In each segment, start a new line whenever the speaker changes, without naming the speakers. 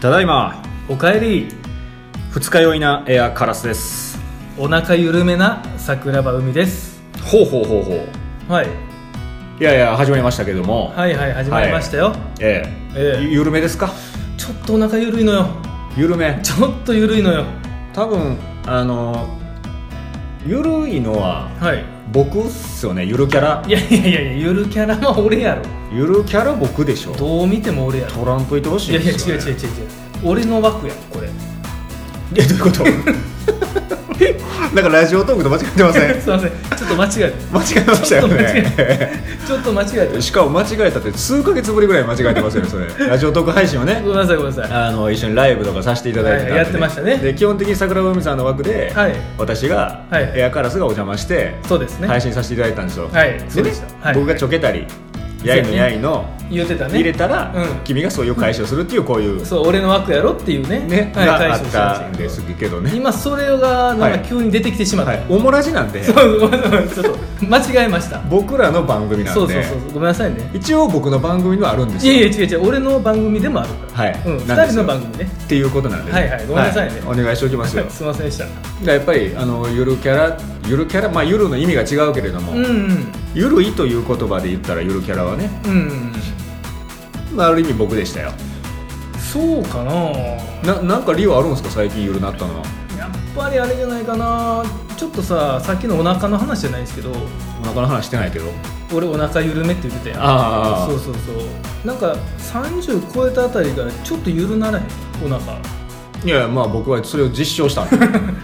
ただいま
おかえり
二日酔いなエアカラスです
お腹緩めな桜庭海です、
ほうほうほうほう
はい、
いやいや始まりましたけども、
はいはい始まりましたよ、
ええ
ええ
ゆ緩めですか
ちょっとお腹緩いのよ
緩め
ちょっと緩いのよ
多分あの緩いのは
はい
僕っすよねゆるキャラ
いやいやいやいやゆるキャラは俺やろ
ゆるキャラ僕でしょ取
どう見ても俺やろ
らんといてほしい
いやいや
です
違
よ
う
ね
違う違う違う俺の枠やんこれ
いやどういうこと なんかラジオトークと間違ってません
すいませんちょっと間違え
間 違えましたよね
たちょっと間違え た
しかも間違えたって数ヶ月ぶりぐらい間違えてますよねそれラジオトーク配信をね
ごめんなさいごめんなさい
あの一緒にライブとかさせていただいてたんで、
はいやってましたね
で基本的に桜庭海さんの枠で、
はい
私が、
はい
エアカラスがお邪魔して
そうですね
配信させていただいたんですよ、
はい
で
そう
ね
でしたはい
僕がちょけたりやいのやいの
言ってたね
入れたら、
うん
君がそういう解消するっていうこういう、
そう俺の枠やろっていうね
ね、
はい、
があ
解
っ
消してましたた
ん
けど
ですけどね、
今それがなん
は
か
い
急に出てきてしまった、
はい、オモラジなんで
そうごめんなさいちょっと間違えました
僕らの番組なんで
そうそうそうごめんなさいね
一応僕の番組はあるんです
いや
よ
いや違う違う俺の番組でもあるから
はい、
うん、
なんで
2
す
人
よ
の番組ね
っていうことなんで、
はいはいごめんなさいね
お願いしておきますよ
はいすいませんでした
でやっぱりあのゆるキャラゆるキャラまあゆるの意味が違うけれども、
うんうん
ゆるいという言葉で言ったらゆるキャラはね、
うんうん
まあ、ある意味僕でしたよ
そうかな
ななんか理由あるんですか最近ゆるなったのは
やっぱりあれじゃないかなちょっとささっきのお腹の話じゃないですけど
お腹の話してないけど
俺お腹緩めって言ってたや
あ
ん
あ
そうそうそうなんか30超えたあたりからちょっと緩ならへんお腹
いやいやまあ僕はそれを実証したん で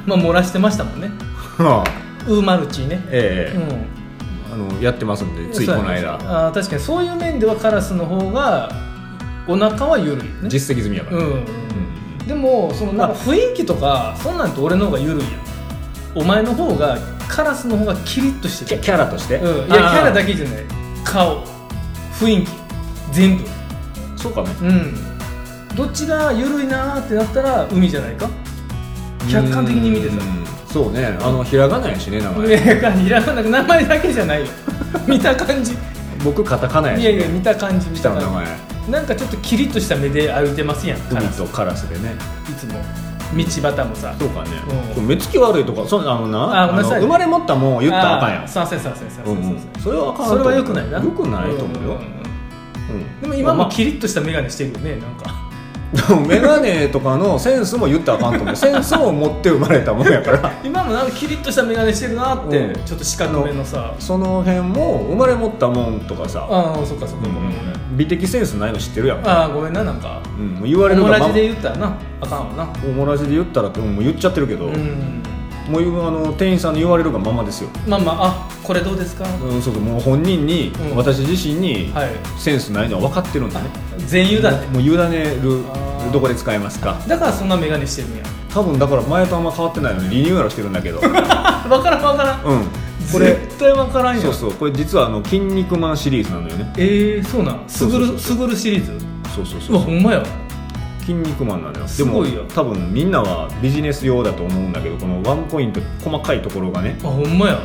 まあ漏らしてましたもんね
はあ
ウーマルチーね
ええ
うん
あのやってますんでついこの間、
あー確かにそういう面ではカラスの方がお腹は緩いよね
実績済みやから、
うん、でもそのなんか雰囲気とかそんなんと俺の方が緩いやんお前の方がカラスの方がキリッと
キ
して
ャ
る、
キャラとして、
うん、いやキャラだ
け
けじゃない顔雰囲気全部
そうかね
うんどっちが緩いなーってなったら海じゃないか客観的に見てさ
うんそうねあのひらがなやしね名
い
前
やいやいらなく名前だけじゃないよ見た感じい
僕カタカナやし、ね、
やいや見た感じ見
下
た
の名
感
前
じなんかちょっとキリッとした目で歩いてますやんカラ
海
ス
とカラスでね
いつも道端もさ
そうかね
うん、
こう目つき悪いとかそんなあのな
あごめんなさい
の生まれ持ったもん言ったらあかんやん
すいませんすいませんすいませ
うん
すい
ん
ません
それはあかん
それは良くないな
よくないと思うよ、
んんん
うん
でも今
ま
も
あ
キリッとした眼鏡してるよねなんか
でもメガネとかのセンスも言ったらあかん と思うセンスを持って生まれたもんやから
今もなんかキリッとした眼鏡してるなって、
うん
ちょっと四角めのさ
その辺も生まれ持ったもんとかさ、
ああそっかそっか、
う
ご
ん
めんごめん
美的センスないの知ってるやん、
ああごめんななんか
うん、もう言われる
友
がま
達
ま
で言ったらなあかんわな
おもらじで言ったらってもう言っちゃってるけど、
うん
もう今あの店員さんの言われるがままですよ、
まあまああこれどうですか、
うん、そうそうもう本人に、
うん
私自身に、
はい
センスないのは分かってるんだね
全油だね
もう委ねる
あー
どこで使えますか
だからそんな眼鏡してるんや
多分だから前とあんま変わってないのにリニューアルしてるんだ けどうん
わからんわからん
これ
絶対わからんやん
そうそうこれ実はあの「筋肉マン」シリーズなのよね
ええそうなんす
そう
ぐ
そうそう
るすぐるシリーズ
そうそうそうう
わ
そ
ほ
うん
まや
筋肉マンなのよですも
ごいよ
多分みんなはビジネス用だと思うんだけどこのワンポイント細かいところがね
あほんまや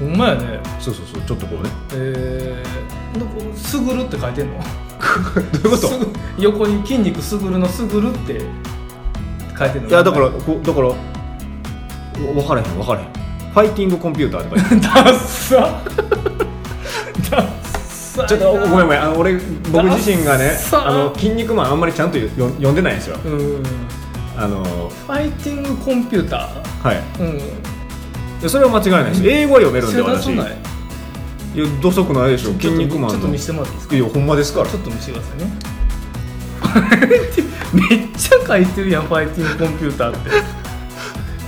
ほんまやね
そうそうそうちょっとこうね
えー、どこすぐるって書いてんの
どういうこ
す
と
ぐ横に筋肉すぐるのすぐるって書いてんの
いやだからこうだから分からへん分からへんファイティングコンピューターとか言って
ダッサダッサ
ちょっとごめんごめんあの俺僕自身が
ダ
ね
ッサ
あの筋肉マンあんまりちゃんとよ読んでないんですよ
んうんフ
あの
ァイティングコンピュータ
はい
ーうん
いやそれは間違いないです英語は読めるんで
知らな
私
そう
い
な
や
い
土足ないでしょ筋肉マンの
ちょっと見せてもらっていいですか
いやほんまですから
ちょっと見せてくださいね めっちゃ書いてるやんファイティングコンピューターって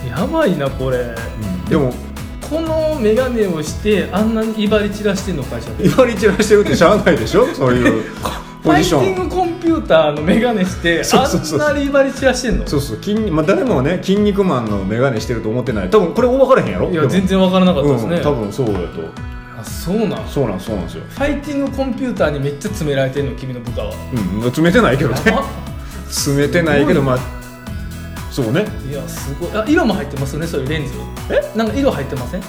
やばいなこれ
うんでも
この眼鏡をしてあんなに威張り散らしてんの会社で
言われ散らしてるってしゃあないでしょそう いう
フ
ポ
ァ
ジ
イ
シ
ティ
ョン
ングコンピューターの眼鏡して
そうそうそう
あんなに威張り散らしてんの
そうそう筋、まあ、誰もね筋肉マンの眼鏡してると思ってない多分これ分からへんやろ
いや
でも
全然わからなかったですね、
うん、多分そうだと
あそうなんフ
そうなんそうなんですよ
ァイティングコンピューターにめっちゃ詰められてんの君の部下は
うん詰めてないけどね
やば
詰めてないけど
すごい
まあそうね
いやすごいあ色も入ってますよねそういうレンズえなんか色入ってません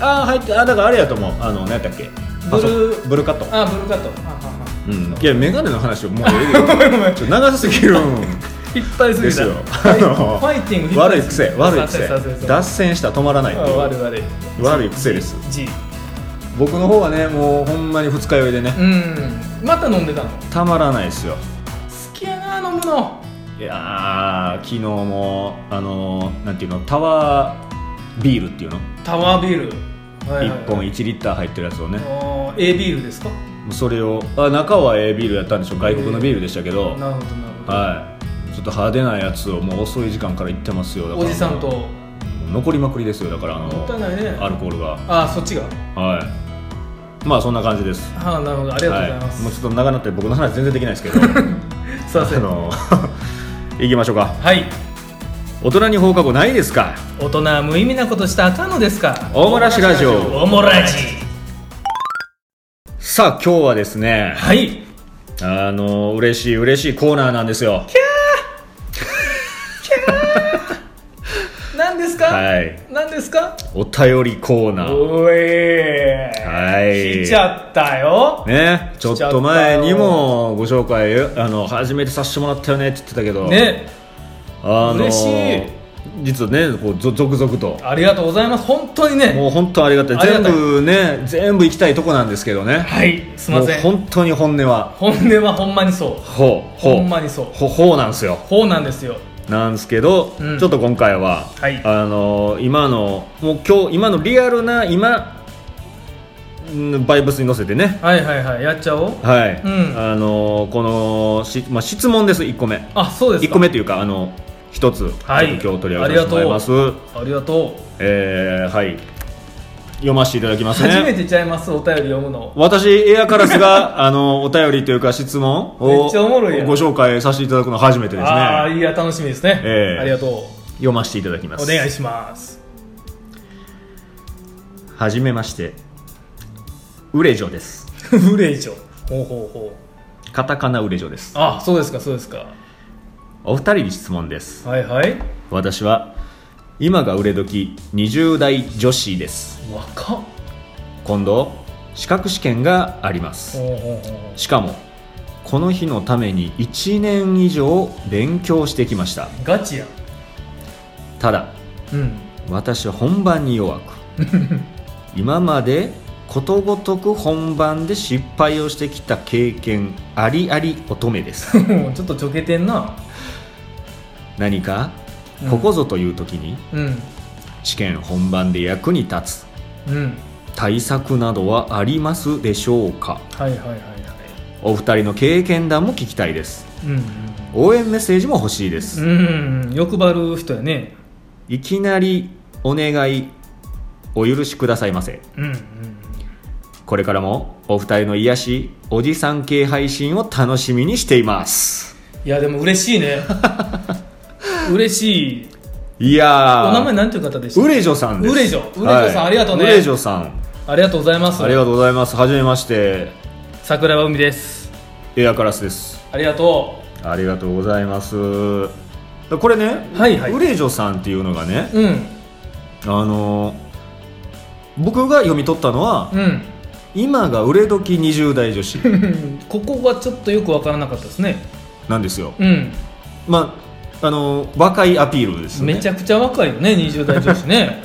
ああ入ってあだからあれやと思うあの何やったっけ
ブルー
ブルカット
あブルーカットあはは
うん、いや眼鏡の話をもうええで
ごめんごめん
ちょ長すぎるん
いっぱいすぎた
ですよ
ファイ
あの
ファイティング引っ張
悪
り
い
すぎ
癖
た
悪い癖
そうそうそうそう
脱線したら止まらないって
あ
いう
悪い悪い
悪い癖です
G
僕の方はねもうほんまに二日酔いでね
うんまた飲んでたの好
たまらないですよ
きやな飲むの
いやー昨日もあのーなんていうのタワービールっていうの、
タワービール
一
1
本1リッター入ってるやつをね、
本 A ビールですか
それをあ中はええビールやったんでしょ外国のビールでしたけど、
なるほどなるほど
はいちょっと派手なやつをもう遅い時間から行ってますよだから
おじさんと
残りまくりですよだからあ
もったい
の
ないね
アルコールが
あそっちが
はいまあそんな感じです
はあなるほどありがとうございま
はもうちょ
す
っと長なって僕の話全然できない ですけど
すいませ
あ
ん
の 行きましょうか
はい
大人に放課後ないですか
大人は無意味なことしたらあかんのですか
大村市ラジオ
おもらじ
さあ今日はですね
はい
あの嬉しい嬉しいコーナーなんですよ
何ですか
はい
何ですか
お便りコーナー
おい
はい
来ちゃったよ
ねちょっと前にもご紹介あの初めてさせてもらったよねって言ってたけど
ね
あの
嬉しい
実はねこうぞ続々と
ありがとうございます本当にね
もう本当ありがたい
ありが
全
たい
部ね全部行きたいとこなんですけどね
はいすいませ
もうん本当に本音は
本音はほんまにそう
ほうほう
ほんまにそう
ほほうなんですよ
こうなんですよ
なんですけど、
うん
ちょっと今回は、
はい
あの今のもう今日今のリアルな今うんバイブスに乗せてね
はいはいはいやっちゃおう
はい、
うん
あのこのし、まあ、質問です1個目
あそうです
1
か
個目というかあの一つ、
はい
ちょっと今日取り上げさせてもらいます
ありがと
えーはい読ませていただき
う
ますね
初めてちゃいますお便り読むの
私エアカラスが あのお便りというか質問を
めっちゃおもろいやん
ご紹介させていただくの初めてです
ああ
ね
いや楽しみですね
ええ
ありがとう
読ませていただきます
お願いします
はじめましてウレジョです
フレイジョほうほうほう
カタカナウレジョです
あそうですかそうですか
お二人に質問です
はいはい
私は今が売れ時20代女子です
若っ
今度資格試験があります
ほうほうほ
しかもこの日のために1年以上勉強してきました
うガチや
ただ
うん
私は本番に弱く 今までことごとく本番で失敗をしてきた経験ありあり乙女です
ちょっとちょけてんな
何か
うん
ここぞという時に
うん
試験本番で役に立つ
うん
対策などはありますでしょうか
はいはいはいはい
お二人の経験談も聞きたいです
うん
応援メッセージも欲しいです、
うん、うん、欲張る人やね
いきなりお願いお許しくださいませ
うんうん
これからもお二人の癒しおじさん系配信を楽しみにしています
いやでも嬉し いね嬉しい
いやー
お名前なんていう方でした
ウレジョさんです
ウレジョウレジョさんありがとうね
ウレジョさん
ありがとうございます
ありがとうございますはじめまして
桜庭海です
エアカラスです
ありがと
ありがとうございますこれね、
はいはい
ウレジョさんっていうのがね
ううん
あのー僕が読み取ったのは、
う
今が売れ時20代女子
ん ここがちょっとよくわからなかったですね
なんですよ
うん
まああのー若いアピールですよね
めちゃくちゃ若いよね20代女 子ね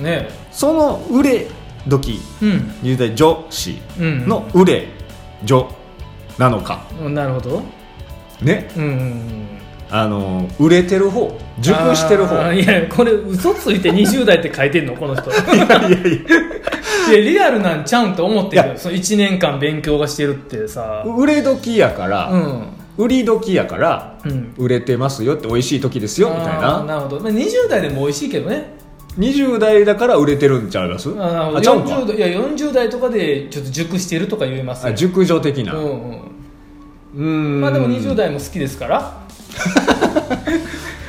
ね
その売れ時
うん
20代女子
うん
の売れ女なのか
うんなるほど
ね
うんうんうん
あの売れてる方熟してる方
あー
い
いやこれ嘘ついて20代って書いてんのこ の人い
やいやいや
やリアルなんちゃうんと思ってる
い
よその1年間勉強がしてるってさ
売れ時やから、
うん
売り時やから
うん
売れてますよって美味しい時ですよみたい
あー
な
なるほど、まあ、20代でも美味しいけどね
20代だから売れてるんちゃいます
あーなるほど
あちゃうんか
40代いや40代とかでちょっと熟してるとか言いますよ
あ熟女的な
う
うん
うん
ーん
まあでも20代も好きですから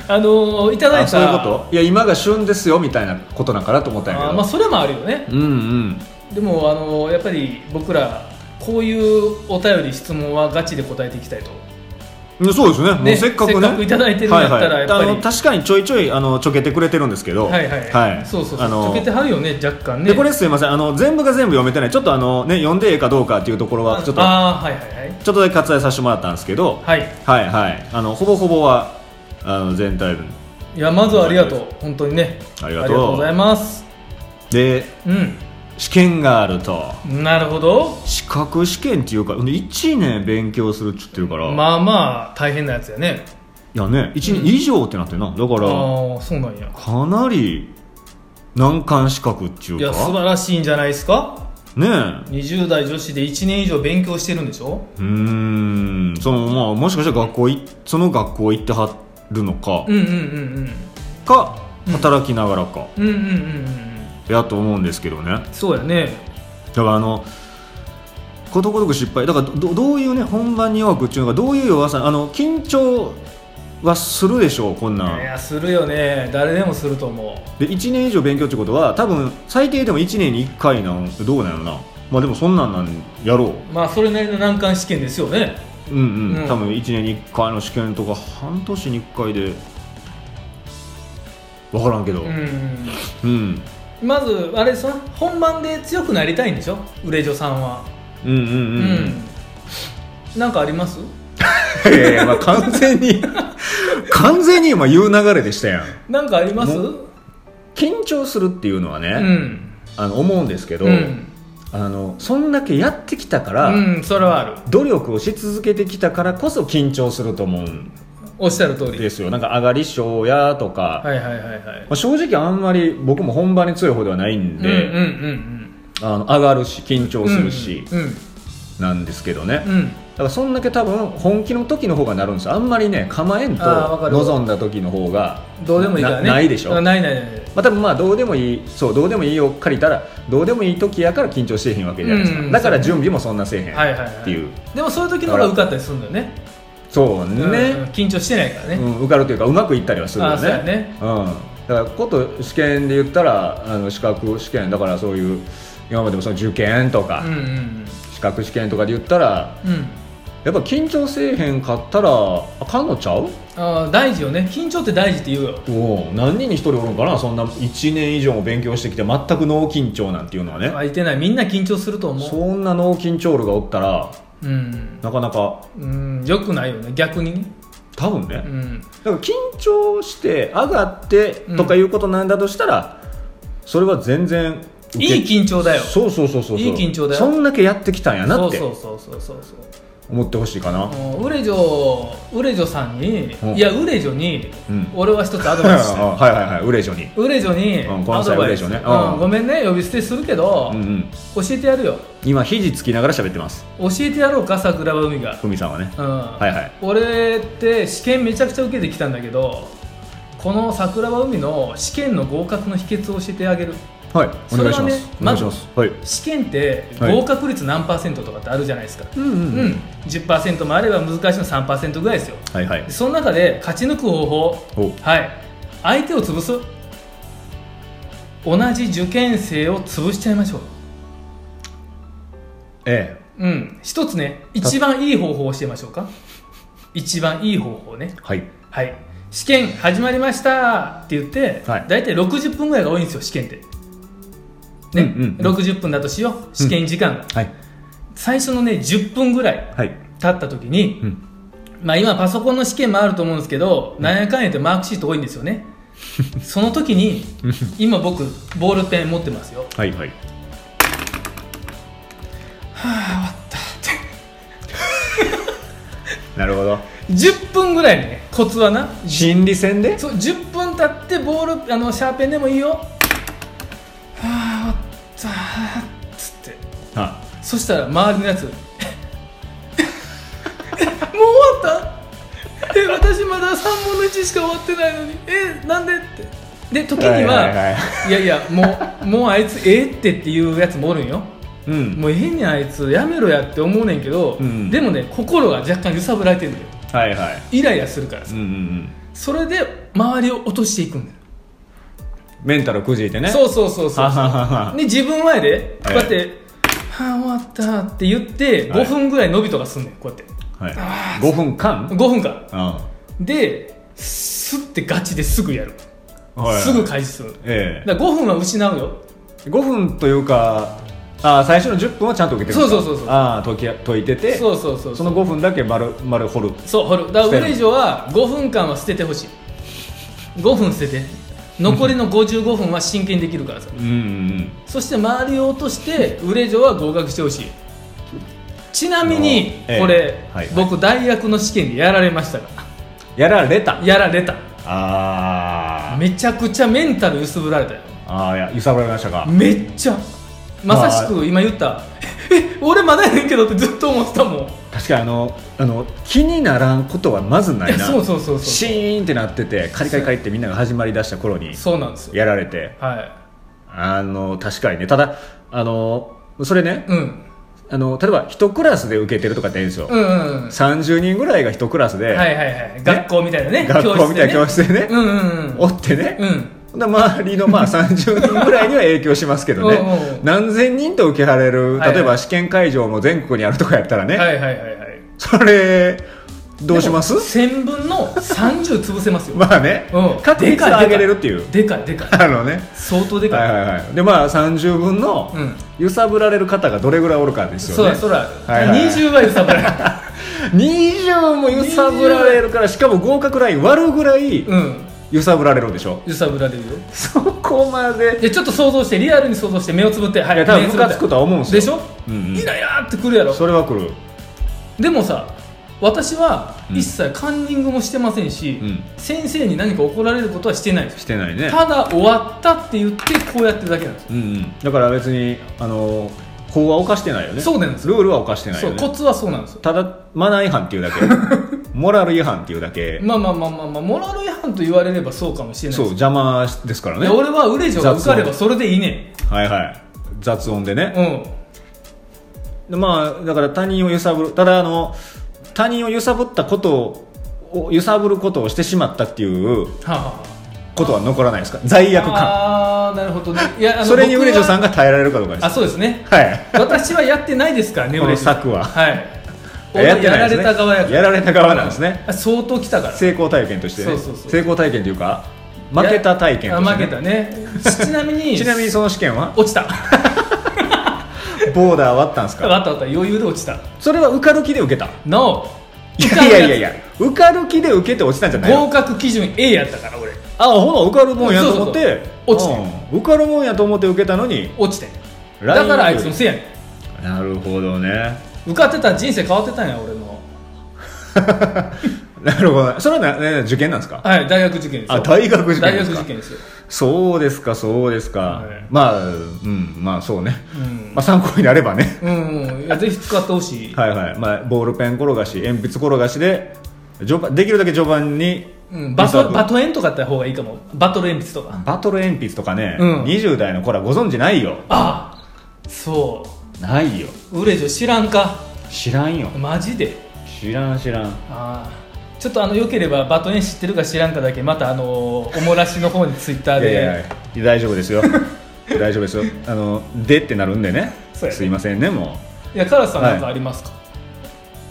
あのーいただい
あ
た
そういうこといや今が旬ですよみたいなことなんかなと思ったんやけ
あー
ど
まあそれもあるよね
うんうん
でもあのーやっぱり僕らこういうお便り質問はガチで答えていきたいと
うんそうですねもう
ね
せっかくね
せっかくいただいてるんやったら
はいはい
やっぱり
あの確かにちょいちょいあのちょけてくれてるんですけど
はいはい
はい
そうそうそう
あの
溶けてはるよね若干ね
でこれすいませんあの全部が全部読めてないちょっとあのね読んでええかどうかっていうところはちょっとち
ああはいはいはい
ょっとだけ割愛させてもらったんですけど
はい
はいはいあのほぼほぼはあの全体分
いやまずはありがとう本当にね
ありがとう
ございます
で
う
試験があると
んなるほど
資格試験っていうか1年勉強するっつってるから、
まあまあ大変なやつやね
いやね1
うん
年以上ってなってるなだか
ああ
ら
ーそうなんや
かなり難関資格ってい
いうや素
か
晴らしいんじゃないですか
ねえ
20代女子で1年以上勉強してるんでしょ
うーんそのまあもしかしたら学校いその学校行ってはるのか、
うんうんうん
か
うん
働きながらか、
うんうんうんうんうん
やと思うんですけどねだか
そうやね
らあのことごとく失敗だからどどういうね本番に弱くっていうのがどういう弱さあの緊張はするでしょうこん
い
なん
やするよね誰でもすると思う
で1年以上勉強ってことは多分最低でも1年に1回なんどうなのなまあでもそんなんなんやろ
まあそれなりの難関試験ですよね
ううんうん、
うん
多分1年に1回の試験とか半年に1回で分からんけど
うん
うん、
まずあれその本番で強くなりたいんでしょ売れ女さんは
うんうんう
うん
うん
なんかあります
いやいやまあ完全に完全に今言う流れでしたやん
なんかあります
も緊張するっていうのはね、
うん
あの思うんですけど、
うん
あのそんだけやってきたから、
うんそれはある
努力をし続けてきたからこそ緊張すると思うん
おっしゃる通り
ですよなんか上がり症やとか、
はいはいはいはい
まあ、正直あんまり僕も本番に強い方ではないんで、
うんうん
あの上がるし緊張
うんうん
するし、
うん
なんですけどね、
う
だ
ん、うん
からそんだけ多分本気の時の方がなるんですよあんまりね構えんと
あーわかる
望んだ時の方が
どうでもいいからね
なないでしょ
あないないないない
まあ、多分まあどうでもいいそうどうでもいいを借りたらどうでもいい時やから緊張してへんわけじゃないですか、
うんうん
だから準備もそんなせえへん、
はいはいはい
っていう
でもそういう時の方が受かったりするんだよね
そう
うんうん
ね、
緊張してないから
う
ね、
ん、受かるというかうまくいったりはするよ
あそうや
ね
ね
うん、だからこと試験で言ったらあの資格試験だからそういう今までもその受験とか、
うんうん
資格試験とかで言ったら
うんうん
やっぱ緊張せえへんかったらあかんのちゃう
あー大事よね緊張って大事って言うよ
おう何人に一人おるんかなそんな1年以上も勉強してきて全く脳緊張なんていうのはね、
空いてないみんな緊張すると思う
そんな脳緊張るがおったら
うん、
なかなか
うん、よくないよね逆にね
多分ね、
う
だ
ん
から緊張して上がってとかいうことなんだとしたら、それは全然受け
いい緊張だよ
そうそうそうそうそう
いい緊張だよ
そんだけやってきたんやな
そ
っ
う
て
そうそうそうそうそう
思ってほしいかな
あのウレジョウレジョさんに、
うん
いやウレジョに、
うん
俺は一つアド
は
バ
い
イス したい
はいはいはい嬉しいに
ウレジョに、
うんこの際
アドバイス
ウレジョね
うん
うん
ごめんね呼び捨てするけど、
うんうん
教えてやるよ
今肘つきながら喋ってます
教えてやろうか桜庭海が、
ふみさんはね
うん
はいはい
俺って試験めちゃくちゃ受けてきたんだけどこの桜庭海の試験の合格の秘訣を教えてあげる
はいお
そ
願
れ
い
は
しま
ね
すお願いしますはい
試験って
はい
合格率何パーセントとかってあるじゃないですか、
うんう
うん
ん
10%もあれば難しいの3%ぐらいですよ
はいはい
その中で勝ち抜く方法
お
はい相手を潰す同じ受験生を潰しちゃいましょう
ええ
うん一つね一番いい方法を教えましょうか一番いい方法ね
はい
はい試験始まりましたって言って、
はい
大体60分ぐらいが多いんですよ試験ってね、
うんうんうん
60分だとしよう試験時間が、
はい
最初のね10分ぐらい
はい
経った時に、
うん
まあ、今パソコンの試験もあると思うんですけど、なんやかんやってマークシート多いんですよねその時に今僕ボールペン持ってますよ
はいはい
はあ終わ っ
なるほど
た10分ぐらいねコツはな
心理戦で
そう10分経ってボールあのシャーペンでもいいよはあ終わったっつって
あ
そしたら周りのやつ もう終わったえ私まだ3分の1しか終わってないのにえなんでってで時には,、
はい
い
はいはい
やいやもうもうあいつええってっていうやつもおるんよ
うん
もうええねんあいつやめろやって思うねんけど、
うん
でもね心が若干揺さぶられてるんだよ
はいはい
イライラするからさ
うんうんうん
それで周りを落としていくんだよ
メンタルくじいてね
そうそうそうそう
はははは
で自分前でこ
は
う
い
やって「はあ終わった」って言って
はい
5分ぐらい伸びとかすんねんこうやって
はい
あ、
5分間
5分間
あ
でスッてガチですぐやる、
あはい
すぐ開始する
ええ
だから5分は失うよ
5分というかああ最初の10分はちゃんと受けてる
そうそうそうそう
ああ解き解いてて
そうそうそう
その5分だけ丸丸掘る
そう掘るだから上以上は5分間は捨ててほしい5分捨てて残りの55分は真剣にできるからさ
うんうん
そして周りを落として売れ女は合格してほしいちなみに
ええ
これ、
はいはい
僕大学の試験でやられましたから
やられた
やられた
あー
めちゃくちゃメンタル揺すぶられたよ
あーいや揺さぶられましたか
めっちゃまさしく今言った「え俺まだやねんけど」ってずっと思ってたもん
確かにあのあの気にならんことはまずないい
や
な
そうそうそうそ
シーンってなっててカリカリカリってみんなが始まりだした頃に
うそうなんですよ
やられて
は
あの確かにねただあのそれね
い、うん、
あの例えば一クラスで受けてるとかって言うんですよ、
うんうんうん
30人ぐらいが一クラスで、
はいはいはい学校みたいなね
学校みたいな教
室
室でね
でねうんうん
おってね、
うんうん
ほんで周りのまあ30人ぐらいには影響しますけどね
おうおう
何千人と受けられる
はいはい
例えば試験会場も全国にあるとかやったらね、
はいはいはいはい
それどうします
でも1000分の30潰せますよ、
まあね、
うん
確率上げれるっていう
でかいでかい
あのね
相当でかい、
はいはいはいでまあ30分の
うん
揺さぶられる方がどれぐらいおるかです
そ
よ
う
ね、
だそら、
いはい
20倍揺さぶられる
20も揺さぶられるからしかも合格ライン割るぐらい
うん
揺さぶられるでしょ、
揺さぶられるよ
そこまで
でちょっと想像してリアルに想像して目をつぶってはい
いや多分ムカつくとは思うんですよ
でしょ、
うんうん
イライラってくるやろ
それは来る
でもさ私は
うん
一切カンニングもしてませんし、
うん
先生に何か怒られることはしてないんですよ
してないね
ただ終わったって言ってこうやってるだけなんですよ
うんうん、だから別にあの法は犯してないよね
そうなんですよ
ルールは犯してない
そ
よ
う
ね
コツはそうなんですよ
ただマナー違反っていうだ けモラル違反っていうだけ、
まあまあまあまあまあモラル違反と言われればそうかもしれない
そう
です
邪魔ですから
い
ね
や俺はウレジョが受かればそれでいいね
はいはい雑音でね
んうん
でまあだから他人を揺さぶるただあの他人を揺さぶったことを揺さぶることをしてしまったっていう
はあはあ
ことは残らないですか罪悪感
ああーなるほどねいやあの
それにウレジョ
僕は
さんが耐えられるかどうかです
あそうですね
はい
私はやってないですからね
この
俺
策は
はい
ややってないです
俺
ね
やられた側やから
やられた側なんですね
あ相当きたから
成功体験としてね
そうそうそう
成功体験というか負けた体験
あ
として、
負けたね ちなみに
ちなみにその試験は
落 ちたあ
ボーダー割ったんです
った
か
あった余裕で落ちた
それは受かる気で受けた
No
いやいやいやいや受かる気で受けて落ちたんじゃないの
合格基準 A やったから俺
あほな受かるもんやと思って
そうそうそう落
ちて受かるもんやと思って受けたのに
落ちて
ライン
だからあいつのせいやねん
なるほどね
受かってたら人生変わってたんや俺の
なるほどそれはな、ね、受験なんですか
はい大学受験ですよ
あ大学受験
大
で
学
すか
受験ですよ、
そうですかそうですか、
はい
まあうんまあそうね、
うん
まあ、参考になればね
うんうんいやぜひ使ってほしい、
はいはい、まあ、ボールペン転がし鉛筆転がしで序盤できるだけ序盤に、
うん、バト
リサーブ
バトエンとかやった方がいいかもバトル鉛筆とか
バトル鉛筆とかね、
うん
20代の子らご存知ないよ
ああそ
ないよ
うウレジョ知らんか
知らんよ
マジで
知らん知らん
ああちょっとあのよければバトエン知ってるか知らんかだけまたあのーおもらしの方にツイッター
い
で
やいやいや大丈夫ですよ 大丈夫ですよあのでってなるんでね
そうやね
すいませんねも
いやカラスさんなんかありますか、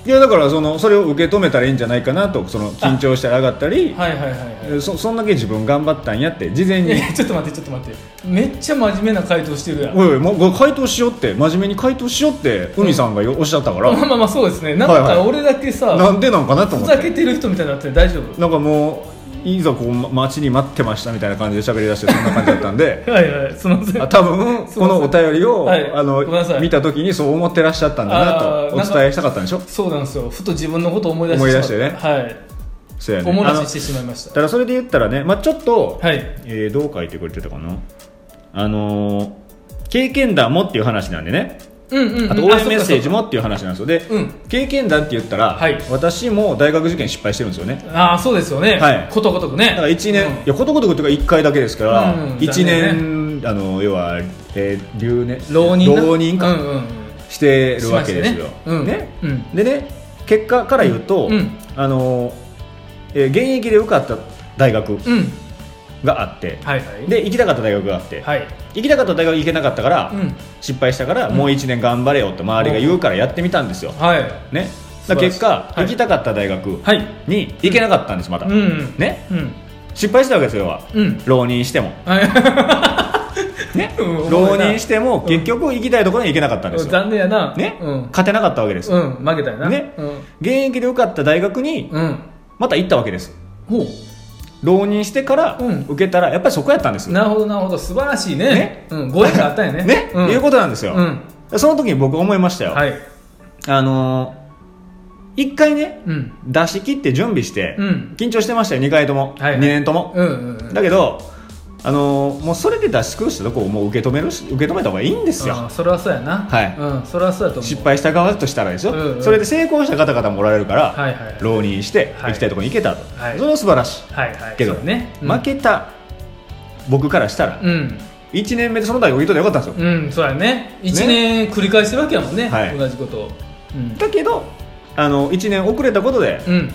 ういやだからそのそれを受け止めたらいいんじゃないかなとその緊張したら上がったり
はい、はいはいはい
そそんだけ自分頑張ったんやって事前
い
に
やいやちょっと待ってちょっと待ってめっちゃ真面目な回答してるやん
おいおいもう回答しようって真面目に回答しようってウニさんがよおっしゃったから、
まあまあまあそうですねなん
はい
か
はい
俺だけさ、
なんでなんかなと
ふ
思っ
ざけ
て
てる人みたいになってる大丈夫
なんかもういざこうま待ちに待ってましたみたいな感じで喋り出してそんな感じだったんで
はいはいすみません
あ多 分
すい
こ
ません
のお便りを、
はい
あの
ごめんなさい
見た時にそう思ってらっしゃったんだな
あ
と
ー
お
なんか
伝えしたかったんでしょ
そうなんですよふと自分のことを思い出して
思い出してね
しまったはい
そうやね
おも
あ
ら
の
ししてしまいました
ただそれで言ったらね、まあ、ちょっと、
はい
えーどう書いてくれてたかなあのー経験談もっていう話なんでね
うんうん、うん、
あと応援メッセージ
も
もっていう話なんですよで、
うん
経験談って言ったら、
はい
私も大学受験失敗してるんですよね
ああそうですよね、
はい
ことごとくね
だから1年、
うん
いやことごとくというか1回だけですから、
うんうん
1年、あの要は、えー留年
浪人な
浪人か
うんうんうん
してるわけですよ、
しましたねうんうん
でね結果から言うと、
うんうん
あのえー現役で受かった大学
うん
があって、
はいはい
で行きたかった大学があって、
はい
行きたかった大学行けなかったから、
うん
失敗したから、もう1年頑張れよって周りが言うからやってみたんですよ、
はい
ねだから結果、
素晴らしいはい
行きたかった大学
はい
に行けなかったんですまた、
うんうん
ね
うん
失敗したわけですよ要は
うん
浪人してもね
うん
浪人しても結局行きたいところに行けなかったんですよ、
残念やな
ね
うん、
勝てなかったわけです、
うん、負けたよな
ね
うん
現役で受かった大学に
うん
また行ったわけです
ほ
浪人してから
うん
受けたらやっぱりそこやったんです
う
よ
なるほどなるほど素晴らしいね
ね
うん、ご縁があったんや ね
ね、
うん、
いうことなんですよ、
うん
その時に僕思いましたよ、
はい
あのー、一回ね
うん
出し切って準備して、
うん
緊張してましたよ2回とも、
はいは
2
い
年とも、
うんうんうん
だけど、あのーもうそれで出し尽くしたとこをもう受け止めるし受け止めた方がいいんですよ、
うんそれはそうやな
はい
うんそれはそうやと思う
失敗した側としたらですよ、
うんうん
それで成功した方々もおられるから、
はいはいはい
浪人して
はい
行きたいところに行けたと、
はい
それは素晴らしい、
はいはい
けど
そうねうん
負けた僕からしたら、
うん
1年目でその大学行っといてよかったんですよ、
うんそうやね一年繰り返してるわけやもんね
はい
同じことをうん
だけどあの1年遅れたことで、
うん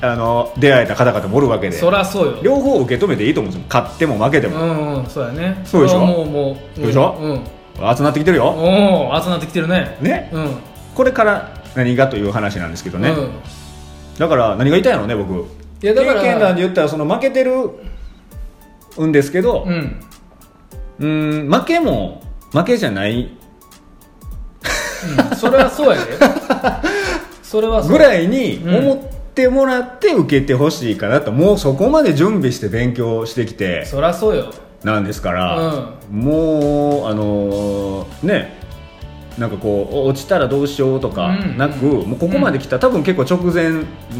あの出会えた方々もおるわけで
そらそうよ
両方受け止めていいと思うんですよ勝っても負けて
う
も、
んうんそうやね
そうでしょ
れはもうもう
そうでしょ
うん
熱なってきてるよ、
おお集まってきてるね
ね
うん
これから何がという話なんですけどね、
うん
だから何が言いたいのね僕
いやだから
経験談で言ったらその負けてるんですけど
うん
うーん負けも負けじゃない
うんそれはそ うやでそれはそう
ぐらいに
うん
思ってもらって受けてほしいかなと、もうそこまで準備して勉強してきて
そりゃそうよ
なんですから、もうあのーねなんかこう落ちたらどうしようとか
うん
なく、もうここまで来た、多分結構直前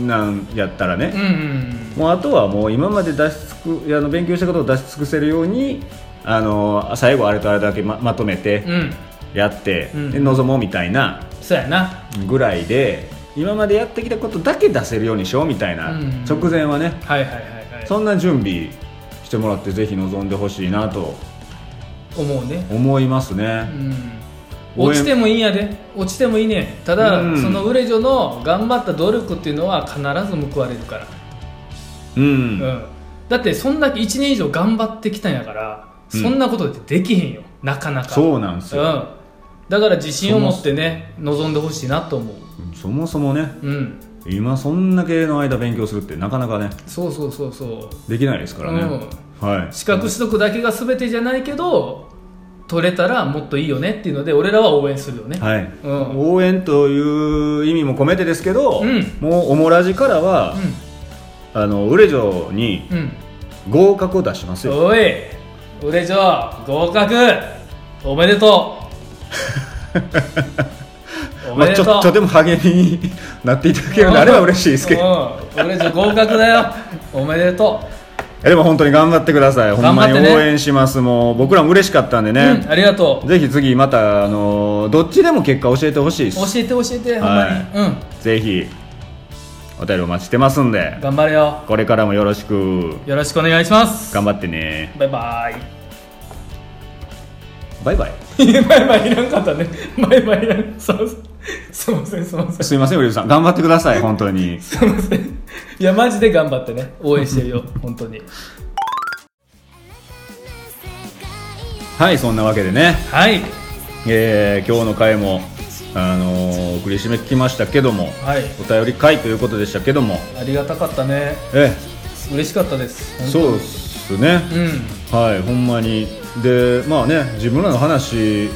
なんやったらね、
うんうん
もうあとはもう今まで出し尽くあの勉強したことを出し尽くせるようにあの最後あれとあれだけままとめて
うんうん
やって、
うん
で臨もうみたいな
そうやな
ぐらいで今までやってきたことだけ出せるようにしようみたいな、
うん
直前はね
はいはいはいはい
そんな準備してもらってぜひ臨んでほしいなと
思うね
思います
う
ね、
ん
応援
落ちてもいいんやで落ちてもいいねんただ、
うん
その売れ女の頑張った努力っていうのは必ず報われるから、
うん
うんだってそんだけ1年以上頑張ってきたんやから
うん
そんなことってできへんよなかなか
そうなんですよ、
うん、だから自信を持ってね望んでほしいなと思う
そもそもね
うん
今そんだけの間勉強するってなかなかね
そうそうそうそう
できないですからね、はい
資格取得だけが全てじゃないけど取れたらもっといいよねっていうので俺らは応援するよね、
はい、
うん
応援という意味も込めてですけど、
うん
もうオモラジからは、あのウレジョに
うんうん
合格を出しますよ
おい腕上合格おめでと うお
ま
め
あ、
で
ち
と
ょ
う、
っとでも励みになっていただけるようになれば嬉しいですけど
うん俺上合格だよおめでと
いやでも本当に頑張ってください、ほんまに
頑張ってね
応援しますもう僕らも嬉しかったんで
う、
ね
うん、、ありがとう
ぜひ次またあのどっちでも結果教えてほしいで
教
す
えて教えてほんまに、
ぜひお便りお待ちしてますん
うん
で
頑張れよ
これからもよろしく
よろしくお願いします
頑張ってね
バイバイ
バイバイ
バイバイいらんかったね。バイバイいらん。そうすいません、すいません。
すいませんウリさん頑張ってください本当に
すいません。いや、マジで頑張ってね。応援してるよ、 本当に。
はいそんなわけでね
はい。
えー今日の回も、あのー、送り締めきましたけども、
はい。
お便り回ということでしたけども、
ありがたかったね。
え
嬉しかったです。
え
本当
そうですね、
うん。
はい、ほんまに、で、まあね、自分らの話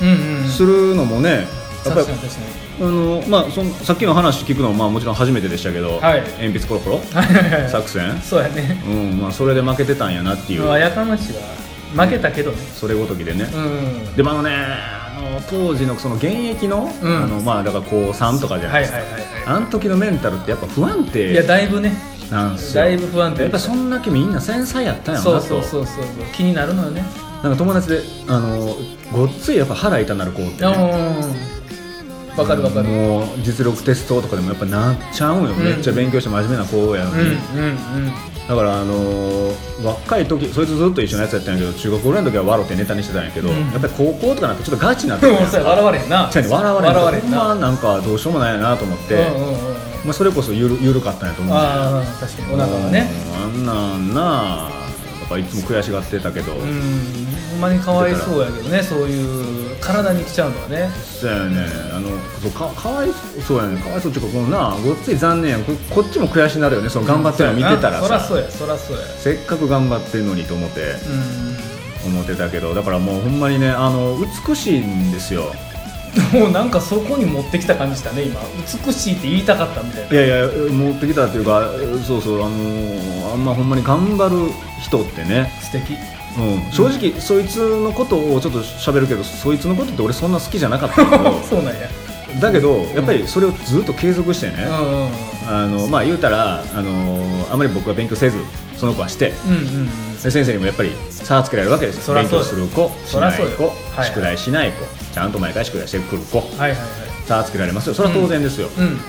うんうん。
するのもね、やっぱ
確
り
かに確か
あの、まあ、そのさっきの話聞くのも、まあ、もちろん初めてでしたけど、
はい
鉛筆コロコロ
に。はいはいはい。
作戦、
そうやね。
うんまあ、それで負けてたんやなっていうう、
わ、やかましいわ。負けたけどね。
それごときでね。
うん。
でもあのねあの当時のその現役の,、
うん
あのまあだから高3とかじゃな
はいい
で
はい
すか、
はいは
あの時のメンタルってやっぱ不安
い。いや、
定
だいぶね、
なんですよ
だいぶ不安定
やっぱそんだけみんな繊細やったんやろ
そ
な
う
と
そうそうそう。気になるのよね。
なんか友達であのごっついやっぱ腹痛なる子って、
うん
ね、
わかるわかる。
もう実力テストとかでもやっぱなっちゃうんよ、
うん
めっちゃ勉強して真面目な子やの
うん
に、
うんうん。
だからあの若い時そいつずっと一緒のやつやったんやけど中学ぐらいの時は笑ってネタにしてたんやけど、
うん
やっぱり高校とかなんかちょっとガチになって
で
るやん
もさ、 笑われへんな。
確かに笑われる
笑われ
ほ
ん
ん
な。
まなんかどうしようもないなと思って、
うんうんうんうん、
まあ、それこそゆるゆるかったんやと思うんですよ
ああ確かにお腹がね
うんあんなんなかいつも悔しがってたけど、
うんほんまにかわいそうやけどねそういう体に来ちゃうのはね
そうやねあのそうかかわいそうやねかわいそうっていうかこのなごっつい残念やここっちも悔しになるよねその頑張ってるの見てたら
そ
さ、
らそうやそらそうや
せっかく頑張ってるのにと思って
う
思ってたけどだからもうほんまにねあの美しいんですよ
んもうなんかそこに持ってきた感じしたね今美しいって言いたかったみたいない
やいや持ってきたっていうかそうそうあのーあんまほんまに頑張る人ってね、
素敵
うん、正直、そいつのことをちょっと喋るけどそいつのことって俺そんな好きじゃなかったけ
そうなんや
どだけどやっぱりそれをずっと継続してね、
うんうんうん
あのまあ言うたら、あのーあまり僕は勉強せずその子はして
うんうんうん
で先生にもやっぱり差をつけられるわけです
そ
よ
ら
勉
そう
強
よ
する子し
そら
ない
そうよ
子、
はいはい
宿題しない子ちゃんと毎回宿題してくる子
はいはいはい
差をつけられますよそれは当然ですよ、
うん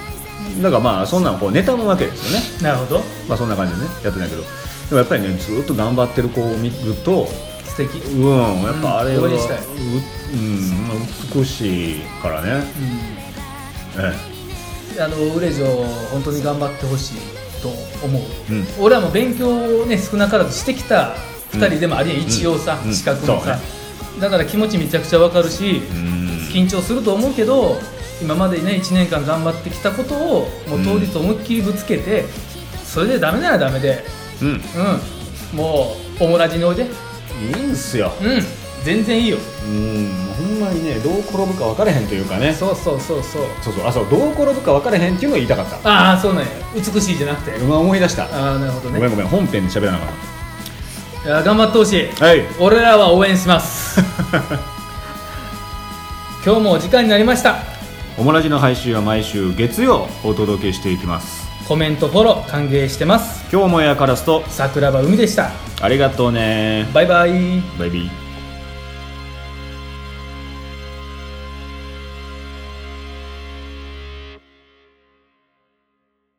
だからまあそんなんこう妬むわけですよね
なるほど
まあそんな感じでねやってないけどでもやっぱりねずっと頑張ってる子を見ると
素敵う
う
ん
んやっぱあれは、う
応援したい
うん、美しいからね、え
あのウレジョ本当に頑張ってほしいと思う、
うん
俺はもう勉強をね少なからずしてきた2人でもありえん、一応さ、
うん
資格も
そう
さ
ね、
だから気持ちめちゃくちゃわかるし、
えうん
緊張すると思うけど今までね1年間頑張ってきたことをもう当日思いっきりぶつけて、それでダメならダメで
うん
うんもうオモラジにおいでうん
いいんすよ
全然いいよ
うんほんまにねどう転ぶか分かれへんというかね
そうそうそうそう
そうそうあそうどう転ぶか分かれへんっていうのを言いたかった
ああそうなんや美しいじゃなくて
今思い出した
ああなるほど
ご
ね
めんごめん本編で喋らなかっ
いや頑張ってほしい
たはい
俺らは応援します今日もお時間になりました
おもらじの配信は毎週月曜お届けしていきます
コメントフォロー歓迎してます
今日もエアカラスと
桜庭海でした
ありがとうね
バイバイ
バイビー